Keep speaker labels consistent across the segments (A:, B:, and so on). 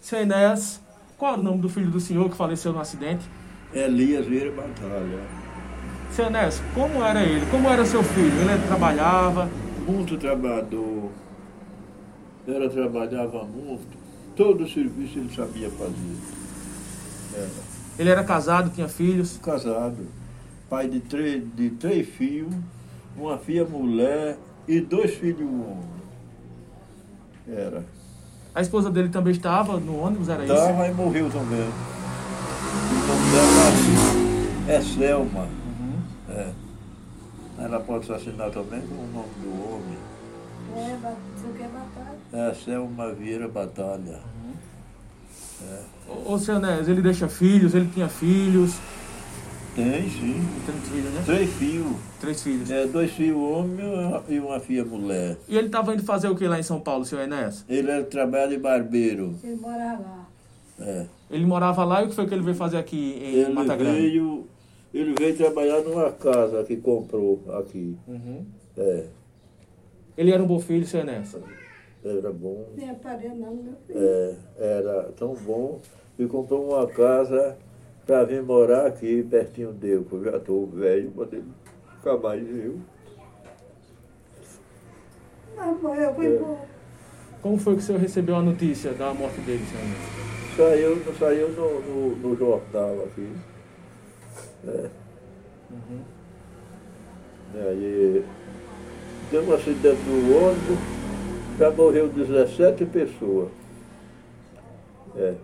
A: Seu Enéas, qual é o nome do filho do senhor que faleceu no acidente?
B: Elias Vieira É Batalha.
A: Seu Enéas, como era ele? Como era seu filho? Ele trabalhava?
B: Muito trabalhador. Ela trabalhava muito. Todo o serviço ele sabia fazer. Era
A: Ele era casado, tinha filhos?
B: casado. Pai de três, de três filhos, uma filha mulher e dois filhos um homem. Era.
A: A esposa dele também estava no ônibus, era isso?
B: Tava e morreu também. O nome dela é Selma. É. Ela pode se assinar também com o nome do homem.
C: É, ba- não sei o que é batata.
B: É Selma Vieira Batalha.
A: Ô, seu Enéas, ele deixa filhos, ele tinha filhos.
B: Tem sim.
A: Tem filhos, né?
B: Três filhos.
A: Três filhos.
B: É, dois filhos homem e uma filha mulher.
A: E ele estava indo fazer o que lá em São Paulo, seu Enéas?
B: Ele era trabalho de barbeiro.
C: Ele morava lá.
B: É.
A: Ele morava lá e o que foi que ele veio fazer aqui em
B: Ele
A: Mata Grande?
B: veio, ele veio trabalhar numa casa que comprou aqui.
A: Uhum.
B: É,
A: Ele era um bom filho, seu Enéas.
B: era bom.
C: Não é parente não, meu filho.
B: É, era tão bom que comprou uma casa para vir morar aqui pertinho dele, que eu já estou velho, mas ele ficar mais viu.
C: Mas morreu, foi
B: É.
C: bom.
A: Como foi que o senhor recebeu a notícia da morte dele, seu Enéas?
B: Saiu, saiu no, no, no jornal aqui. É.
A: Uhum.
B: Aí deu um acidente no ônibus, já morreu 17 pessoas. É.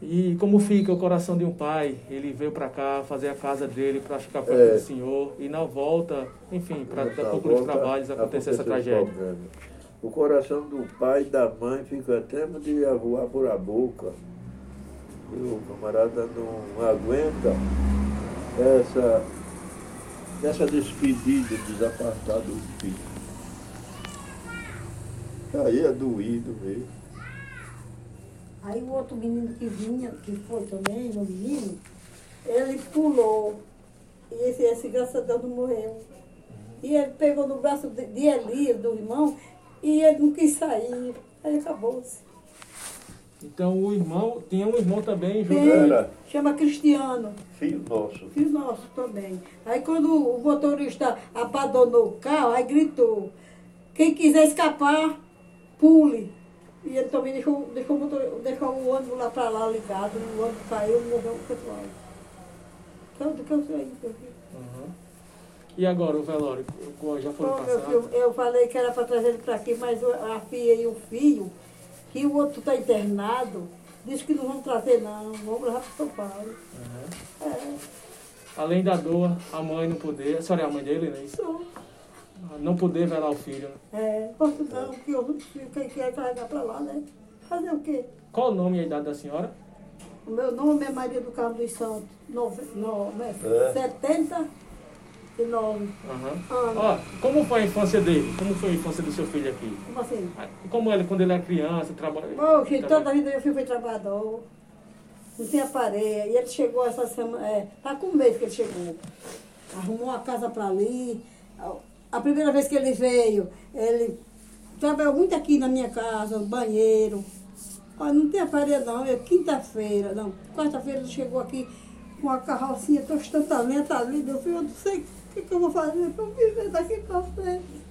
A: E como fica o coração de um pai? Ele veio pra cá fazer a casa dele pra ficar perto
B: É.
A: do senhor e na volta, enfim, para
B: Nessa
A: concluir os
B: volta,
A: trabalhos acontecer essa
B: aconteceu
A: tragédia.
B: esse problema. Tá O coração do pai e da mãe fica até de voar por a boca. E o camarada não aguenta essa, essa despedida, desapartar do filho. Aí é doído mesmo.
C: Aí o outro menino que vinha, que foi também, o menino, ele pulou. E esse, esse graças a Deus não morreu. E ele pegou no braço de, de Elias, do irmão, e ele não quis sair. Aí acabou-se.
A: Então o irmão, tinha um irmão também junto.
C: Tem,
B: Era.
C: chama Cristiano,
B: Filho nosso.
C: filho nosso também. Aí quando o motorista abandonou o carro, aí gritou, quem quiser escapar, pule. E ele também deixou, deixou, o, motor, deixou o ônibus lá para lá ligado, o ônibus caiu, morreu um o pessoal. Tanto que eu sei, então, meu filho.
A: Uhum. E agora o velório? Co- Já foi
C: Bom, é Então, meu
A: passado?
C: filho, eu falei que era para trazer ele para aqui, mas o- a filha e o filho, que o outro está internado, disse que não vão trazer não, vamos lá para São Paulo. É,
A: Além da dor, a mãe não poder. A senhora é a mãe dele, né? Isso.
C: isso.
A: Não poder velar o filho. né?
C: É, posso não, que eu não sei quem quer carregar pra lá, né? Fazer o quê?
A: Qual o nome e a idade da senhora?
C: O meu nome é Maria do Carmo dos Santos, nove, no, né?
B: É.
C: 79
A: Uhum.
C: anos.
A: Ó, como foi a infância dele? Como foi a infância do seu filho aqui?
C: Como assim?
A: Como ele, quando ele era criança, trabalha.
C: Bom, que toda a vida meu filho foi trabalhador, não tinha pareia. E ele chegou essa semana, é, tá com medo que ele chegou. Arrumou uma casa pra ali. A- A primeira vez que ele veio, ele trabalhou muito aqui na minha casa, no banheiro. Ó, não tinha pareia não, é quinta-feira, não. Quarta-feira ele chegou aqui com a carrocinha tostantalenta ali, meu filho, eu não sei o que, que eu vou fazer pra viver daqui pra frente.